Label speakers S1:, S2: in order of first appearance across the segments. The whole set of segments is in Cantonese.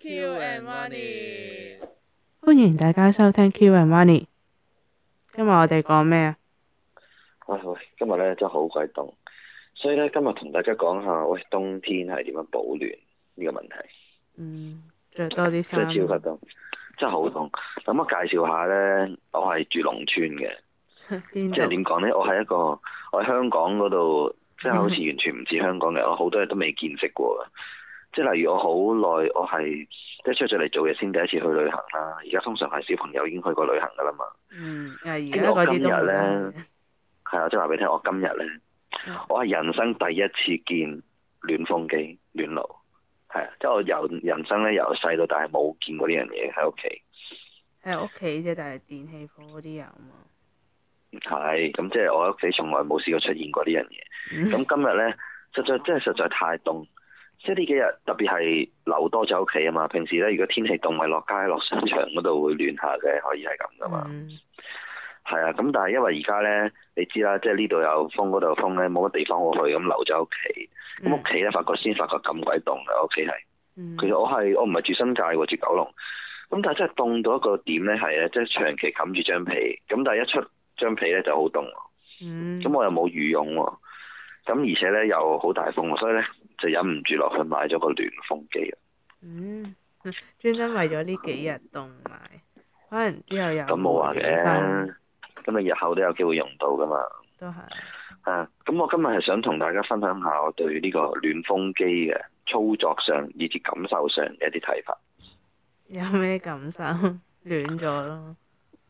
S1: Q and Money，
S2: 歡迎大家收聽 Q and Money。今日我哋講咩啊？
S3: 喂喂，今日咧真係好鬼凍，所以咧今日同大家講下，喂冬天係點樣保暖呢個問題，
S2: 嗯，着多啲
S3: 真
S2: 衫
S3: 係。超級凍，真係好凍。咁我介紹下咧，我係住農村嘅，
S2: 邊
S3: 即係
S2: 度？
S3: 點講咧？我係一個我喺香港嗰度，即係好似完全唔似香港嘅，我好多嘢都未見識過嘅。即係例如我好耐，我係即係出咗嚟做嘢先第一次去旅行啦。而家通常係小朋友已經去過旅行㗎啦嘛。
S2: 嗯，啊而
S3: 因
S2: 家
S3: 為我
S2: 嗰
S3: 今
S2: 啲
S3: 日
S2: 都冇
S3: 咧
S2: 啦。，
S3: 係啊，即係話俾你聽，我今日咧
S2: 嗯，
S3: 我係人生第一次見暖風機、暖爐，係啊，即係我由人生咧由細到大係冇見過呢樣嘢喺屋企，
S2: 喺屋企啫，但係電器鋪嗰啲有嘛。
S3: 係咁即係我喺屋企從來冇試過出現過呢樣嘢。
S2: 嗯
S3: 咁今日咧，實在真係實在太凍，即係呢幾日特別係留多咗喺屋企啊嘛。平時咧，如果天氣凍，咪落街落商場嗰度會暖下嘅，可以係咁啊噶嘛。
S2: 嗯
S3: 係啊，咁但係因為而家咧，你知啦，即係呢度有風，嗰度有風咧，冇乜地方好去，咁留咗喺屋企。咁屋企咧，發覺先發覺咁鬼凍嘅，屋企係。
S2: 嗯
S3: 其實我係我唔係住新界喎，住九龍。咁但係真係凍到一個點咧，係啊咧，即係長期冚住張被，咁但係一出張被咧就好凍喎。
S2: 嗯
S3: 咁我又冇羽絨喎，咁而且咧又好大風喎，所以咧就忍唔住落去買咗個暖風機。
S2: 嗯，專登為咗呢幾日凍埋，可能之後又
S3: 咁冇話
S2: 暖
S3: 嘅
S2: 返，，
S3: 咁你日後都有機會用到噶嘛。
S2: 都係。
S3: 啊，咁我今日係想同大家分享下我對呢個暖風機嘅操作上以至感受上嘅一啲睇法。
S2: 有咩感受？ 暖咗咯。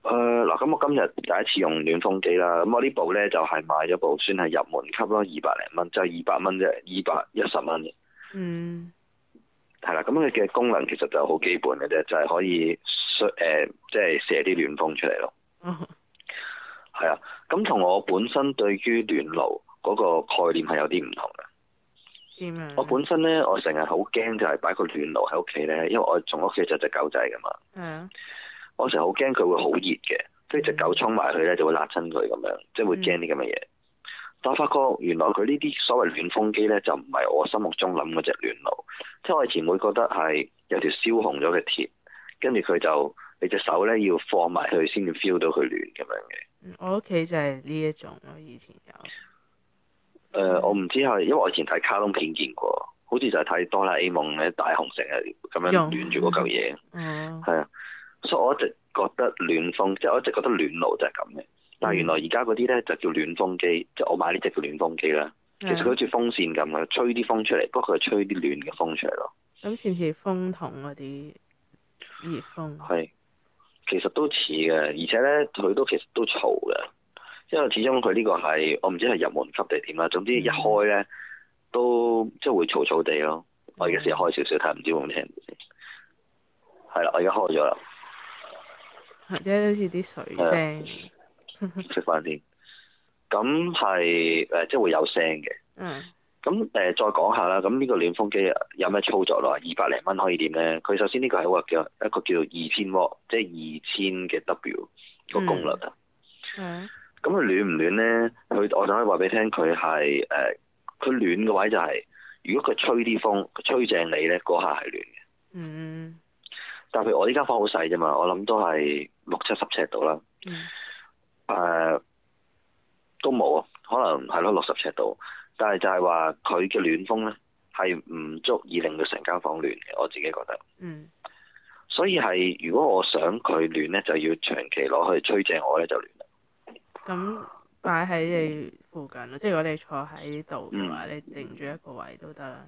S3: 誒呃嗱、咁我今日第一次用暖風機啦，咁我呢部呢就係、買咗部算係入門級咯，二百零蚊，就係二百蚊啫，二百一十蚊嘅，
S2: 嗯
S3: 係啦。咁佢嘅功能其實就好基本嘅啫，就係、可以誒、呃即係射啲暖風出嚟咯。
S2: 哦
S3: 係啊，咁同我本身對於暖爐嗰個概念係有啲唔同嘅。
S2: 點樣？啊
S3: 我本身呢，我成日好驚就係擺個暖爐喺屋企呢，因為我仲屋企就隻狗仔噶嘛。
S2: 係啊。
S3: 我成日好驚佢會好熱嘅，跟住只狗衝埋去咧就會辣親佢咁樣，即係會驚啲咁嘅嘢。但我發覺原來佢呢啲所謂暖風機咧，就唔係我心目中諗嗰隻暖爐，即係我以前會覺得係有條燒紅咗嘅鐵，跟住佢就你隻手咧要放埋去先至 feel 到佢暖咁樣嘅。
S2: 嗯我屋企就係呢一種咯，以前有。
S3: 誒、我唔知係因為我以前睇卡通片見過，好似就係睇哆啦 A 夢咧，大雄成日咁樣
S2: 用
S3: 暖住嗰嚿嘢，
S2: 哦，
S3: 係啊，所以我一直覺得暖風，即係我一直覺得暖爐就係咁嘅。但係原來而家嗰啲咧就叫暖風機，即係我買呢只叫暖風機啦。其
S2: 嗯
S3: 實佢好似風扇咁嘅，吹啲風出嚟，不過佢係吹啲暖嘅風出嚟咯。
S2: 咁似唔似風筒嗰啲熱風？啊
S3: 係，其實都似嘅，而且咧佢都其實都嘈嘅，因為始終佢呢個係我唔知係入門級定係點啦。總之一開咧都即係會嘈嘈地咯。我而家試下開少少睇，唔知會唔會聽到先。係啦，我而家開咗啦。
S2: 或者好似啲水
S3: 啊
S2: 聲，
S3: 食翻啲。咁係誒，即係會有聲嘅。
S2: 嗯
S3: 咁誒、呃再講下啦。咁呢個暖風機有咩操作咯？二百零蚊可以點咧？佢首先呢個係一個叫一個叫做二千 W，即係二千嘅 W 個功率啊。
S2: 係啊，
S3: 咁佢、暖唔暖咧？佢我就可以話俾你聽，佢係誒，佢、暖嘅位就係、如果佢吹啲風，佢吹正你咧，嗰下係暖嘅。
S2: 嗯
S3: 但係譬如我呢間房好細啫嘛，我諗都係六七十尺度啦。
S2: 嗯
S3: 誒、呃都冇，啊可能係咯六十尺度，但係就係話佢嘅暖風咧係唔足以令到成間房暖嘅，我自己覺得。
S2: 嗯
S3: 所以係如果我想佢暖咧，就要長期攞去吹正我咧就暖啦。
S2: 咁擺喺你附近咯，即係如果你坐喺度嘅話，
S3: 嗯
S2: 你定住一個位都得啦。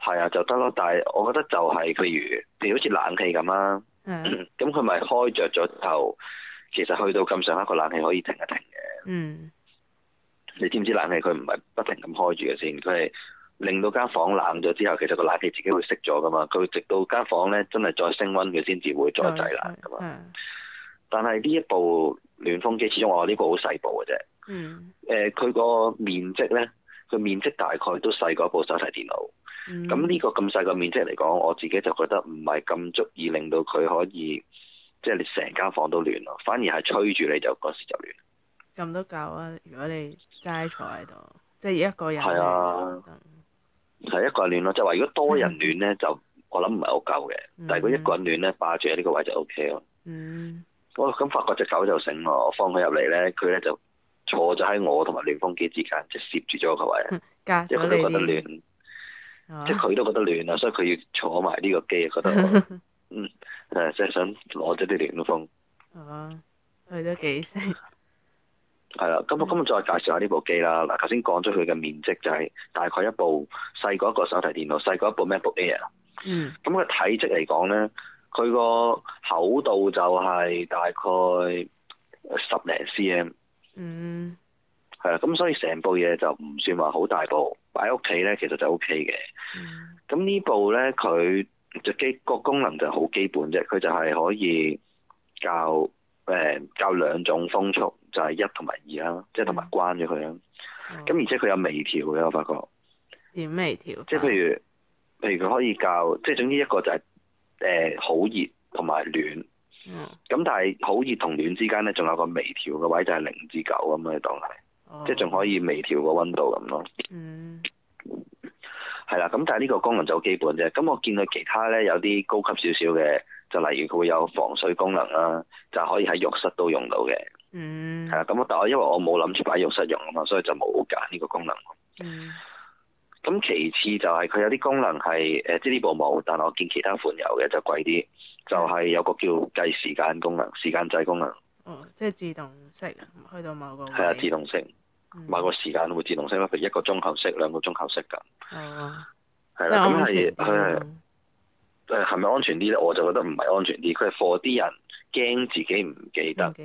S3: 係啊，就得咯。但係我覺得就係、譬如譬如好似冷氣咁啦，
S2: 係啊，
S3: 咁佢咪開着咗之後，其實去到咁上下個冷氣可以停一停嘅。
S2: 嗯
S3: 你知唔知冷氣佢唔係不停咁開住嘅先，佢係令到間房冷咗之後，其實個冷氣自己會熄咗噶嘛，佢會直到間房咧真係再升温佢先至會再製冷噶嘛。
S2: 係啊
S3: 但係呢一部暖風機，始終我呢部好細部嘅啫，
S2: 嗯
S3: 誒、佢個面積咧，佢面積大概都細過一部手提電腦。
S2: 嗯
S3: 咁呢個咁細個面積嚟講，我自己就覺得唔係咁足以令到佢可以，即係你成間房都暖咯，反而係吹住你就嗰時就暖。
S2: 咁都夠啊！如果你齋坐喺度，即係一個人
S3: 係啊
S2: 嚟講，
S3: 係一個人暖咯，即係話如果多人暖咧，就我諗唔係好夠嘅。但係如果一個人暖咧，霸住喺呢個位就 O K 咯。
S2: 嗯
S3: 我咁發覺只狗就醒咯，我放佢入嚟咧，佢咧就坐咗喺我同埋暖風機之間，就攝住咗個位，啊
S2: 隔
S3: 即係
S2: 咗
S3: 佢都覺
S2: 嗯你
S3: 得
S2: 啲
S3: 暖，
S2: 啊
S3: 即係佢都覺得暖啊，所以佢要坐埋呢個機，啊覺得 我嗯誒，即係想攞咗啲暖風。
S2: 啊，佢都幾識，
S3: 係啦，
S2: 嗯
S3: 咁我今日再介紹下呢部機啦。嗱，頭先講咗佢嘅面積就係大概一部細過一個手提電腦，細過一部 MacBook Air。
S2: 嗯
S3: 咁佢體積嚟講咧，佢個厚度就係大概十零 cm。
S2: 嗯
S3: 係啦，咁所以成部嘢就唔算話好大部，擺喺屋企咧其實就 O K 嘅。
S2: 嗯
S3: 咁呢部咧佢隻機個功能就好基本啫，佢就係可以教誒、呃教兩種風速，就係一同埋二啦，即係同埋關咗佢啦。
S2: 哦
S3: 咁而且佢有微調嘅，我發覺，
S2: 點微調？
S3: 即係譬如譬如佢可以教，即係總之一個就係誒好熱同埋暖。
S2: 嗯，
S3: 咁但係好熱同暖之間咧，仲有個微調嘅位就係零至九咁嘅當係，即係仲可
S2: 以，
S3: 以微調個温度咁咯。
S2: 哦嗯
S3: 係啦，咁但係呢個功能就好基本啫。咁我見佢其他咧有啲高級少少嘅，就例如佢會有防水功能啦，就可以喺浴室都用到嘅。
S2: 嗯，
S3: 係啦，啊咁我但我因為我冇諗住擺喺浴室用啊嘛，所以就冇揀呢個功能。
S2: 嗯
S3: 咁其次就係佢有啲功能係誒，即係呢部冇，但我見其他款有嘅就貴啲，就係、有個叫計時間功能、時間制功能，
S2: 哦，即係自動識去到某個位，
S3: 係啊，自動式，
S2: 嗯
S3: 某個時間會自動式啦，譬如一個鐘後式、兩個鐘後式㗎。
S2: 哦，
S3: 係
S2: 即係
S3: 啦，
S2: 安
S3: 咁
S2: 全
S3: 係
S2: 啲
S3: 佢係。
S2: 咯
S3: 誒呃係咪安全啲咧？我就覺得唔係安全啲。佢係 for 啲人驚自己唔記得
S2: ，OK，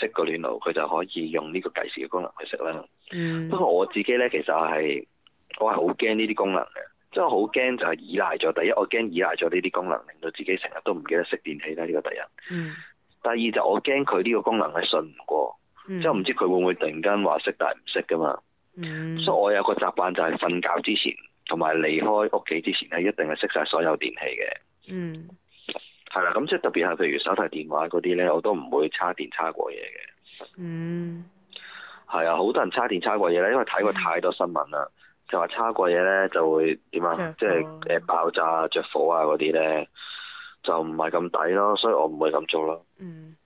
S3: 熄個暖爐，佢就可以用呢個計時嘅功能去熄啦。
S2: 嗯
S3: 不過我自己咧，其實係我係好驚呢啲功能嘅，即係我好驚就係依賴咗。第一，我驚依賴咗呢啲功能，令到自己成日都唔記得熄電器啦。呢、個第一。
S2: 嗯
S3: 第二就我驚佢呢個功能係信唔過，
S2: 嗯，
S3: 即係我唔知佢會唔會突然間話熄但係唔熄噶嘛。
S2: 嗯，
S3: 所以我有個習慣就係瞓覺之前同埋離開屋企之前咧，一定係熄晒所有電器嘅。
S2: 嗯
S3: 係啦，咁即係特別係譬如手提電話嗰啲咧，我都唔會叉電叉過嘢嘅。
S2: 嗯
S3: 係啊，好多人叉電叉過嘢咧，因為睇過太多新聞啦，就話叉過嘢咧就會點啊，即
S2: 着火
S3: 係誒爆炸啊、着火啊嗰啲咧，就唔係咁抵咯，所以我唔會咁做咯。
S2: 嗯，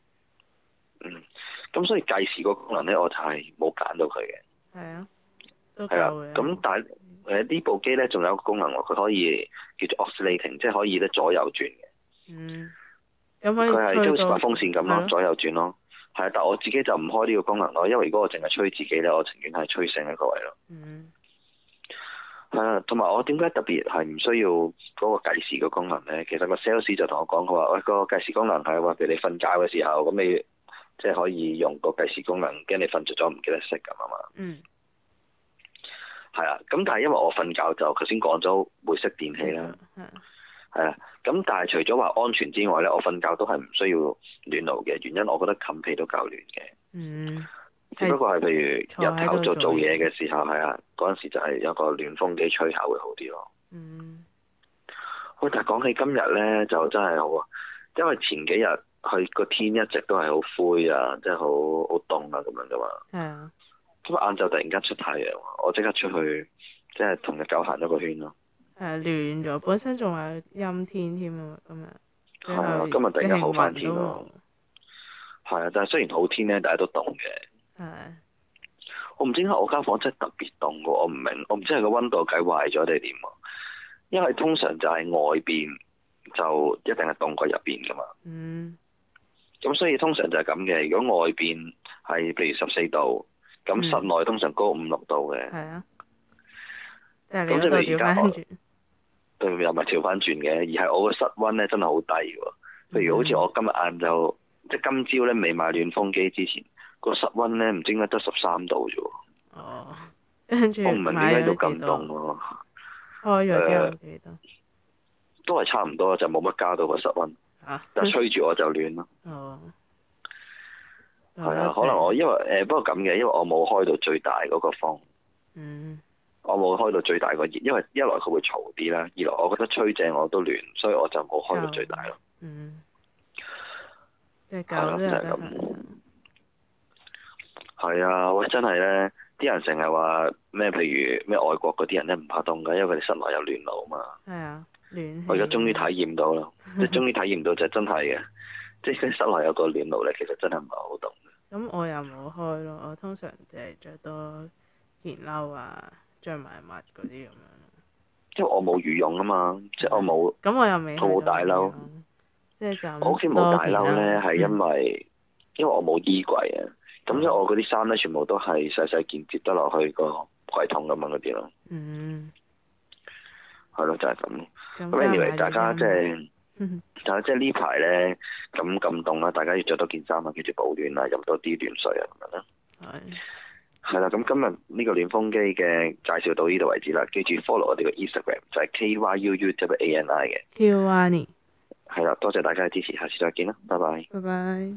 S3: 咁所以計時個功能咧，我就係冇揀到佢嘅。
S2: 係啊，都
S3: 係啦
S2: 夠嘅，，
S3: 咁但係誒呢部機咧仲有一個功能喎，佢可以叫做 oscillating，即係可以咧左右轉嘅。
S2: 嗯，咁可
S3: 佢係即
S2: 以
S3: 係好
S2: 吹
S3: 似
S2: 到
S3: 把風扇咁
S2: 係
S3: 咯
S2: 咯，
S3: 左右轉咯。係啊，但我自己就唔開呢個功能咯，因為如果我淨係吹自己咧，我情願係吹醒一個位咯。
S2: 嗯
S3: 係啊，同埋我點解特別係唔需要嗰個計時嘅功能咧？其實個 sales 就同我講，佢話喂個計時功能係話，譬如你瞓覺嘅時候，咁你即係可以用個計時功能，驚你瞓着咗唔記得熄咁啊嘛。
S2: 嗯，
S3: 係啊，咁但係因為我瞓覺就頭先講咗會熄電器啦，
S2: 係啊，
S3: 係啊，咁但係除咗話安全之外咧，我瞓覺都係唔需要暖爐嘅，原因我覺得冚被都夠暖嘅。
S2: 嗯
S3: 只不過係譬
S2: 坐
S3: 如日
S2: 喺
S3: 頭
S2: 度
S3: 做
S2: 做
S3: 做嘢
S2: 嘢
S3: 嘅時候，係啊，嗰陣時就係有個暖風機吹下會好啲咯。
S2: 嗯
S3: 喂，但係講起今日咧，就真係好啊，因為前幾日佢個天一直都係好灰啊，即係好好凍啊咁樣噶嘛。
S2: 係啊，
S3: 咁晏晝突然間出太陽喎，我即刻出去，即係同只狗行咗個圈咯。
S2: 係啊暖咗，本身仲係陰天添啊嘛，今日最
S3: 係啊
S2: 後
S3: 今日突然間好返
S2: 一陣
S3: 天
S2: 雲都
S3: 咯
S2: 冇，
S3: 係啊，但係雖然好天咧，但係都凍嘅。
S2: 係啊
S3: 我唔知點解我間房真係特別凍嘅，我唔明，我唔知係個温度計壞咗定係點喎。因為通常就係外邊就一定係凍過入邊噶嘛。
S2: 嗯
S3: 咁所以通常就係咁嘅。如果外邊係譬如十四度，咁
S2: 嗯
S3: 室內通常高五六度嘅，
S2: 係啊，但係你
S3: 咁即
S2: 嗰度
S3: 係你而
S2: 調
S3: 家
S2: 翻轉，
S3: 對又唔係調翻轉嘅，而係我個室温咧真係好低喎。譬如好似我今日晏晝，即係今朝咧未買暖風機之前，個室温咧唔知點解得十三度啫喎。
S2: 哦，跟住
S3: 我唔明點
S2: 買
S3: 解
S2: 咗
S3: 嗯都咁
S2: 幾
S3: 凍
S2: 多，
S3: 喎，
S2: 開咗之後幾多
S3: 都係差唔多，就冇乜加到個室温，
S2: 啊？
S3: 但係吹住我就暖咯。
S2: 哦，
S3: 係啊，可能我因為誒、不過咁嘅，因為我冇開到最大嗰個風。
S2: 嗯
S3: 我冇開到最大個熱，因為一來佢會嘈啲啦，二來我覺得吹正我都暖，所以我就冇
S2: 啊
S3: 開到最大咯。
S2: 嗯，隻狗
S3: 係咯
S2: 都有得
S3: 就係咁
S2: 享受，
S3: 係啊，喂，真係咧，啲人成日話咩？譬如咩外國嗰啲人咧唔怕凍㗎，因為佢哋室內有暖爐嘛。
S2: 係啊，暖
S3: 我而家終於體驗 到啦，即係終於體驗到就真係嘅，即係室內有個暖爐咧，其實真係唔係好凍。
S2: 咁我又冇開咯，我通常就係着多件褸啊，着埋襪嗰啲咁樣。
S3: 因為我冇羽絨啊嘛，即係我冇，
S2: 咁我又未去到
S3: 我冇大褸
S2: 咁樣，即係就咁
S3: 我屋企冇
S2: 嗯多
S3: 大
S2: 件嗯
S3: 褸咧，
S2: 褸
S3: 係因為因為我冇衣櫃啊，咁因為我嗰啲衫咧全部都係細細件摺得落去個櫃桶咁樣嗰啲咯，
S2: 嗯，
S3: 係咯就係咁。
S2: 咁
S3: 咁 anyway，大家即係
S2: 係
S3: 但係即係呢排咧咁咁凍啦，大家要着多件衫啊，跟住保暖啊，飲多啲暖水啊咁樣啦。
S2: 係
S3: 係啦，咁今日呢個暖風機嘅介紹到呢度為止啦。記住 follow 我哋個 Instagram 就係 K Y U U W A N I 嘅。
S2: Q 啊你，
S3: 係啦，多謝大家嘅支持，下次再見啦，拜拜。
S2: 拜拜。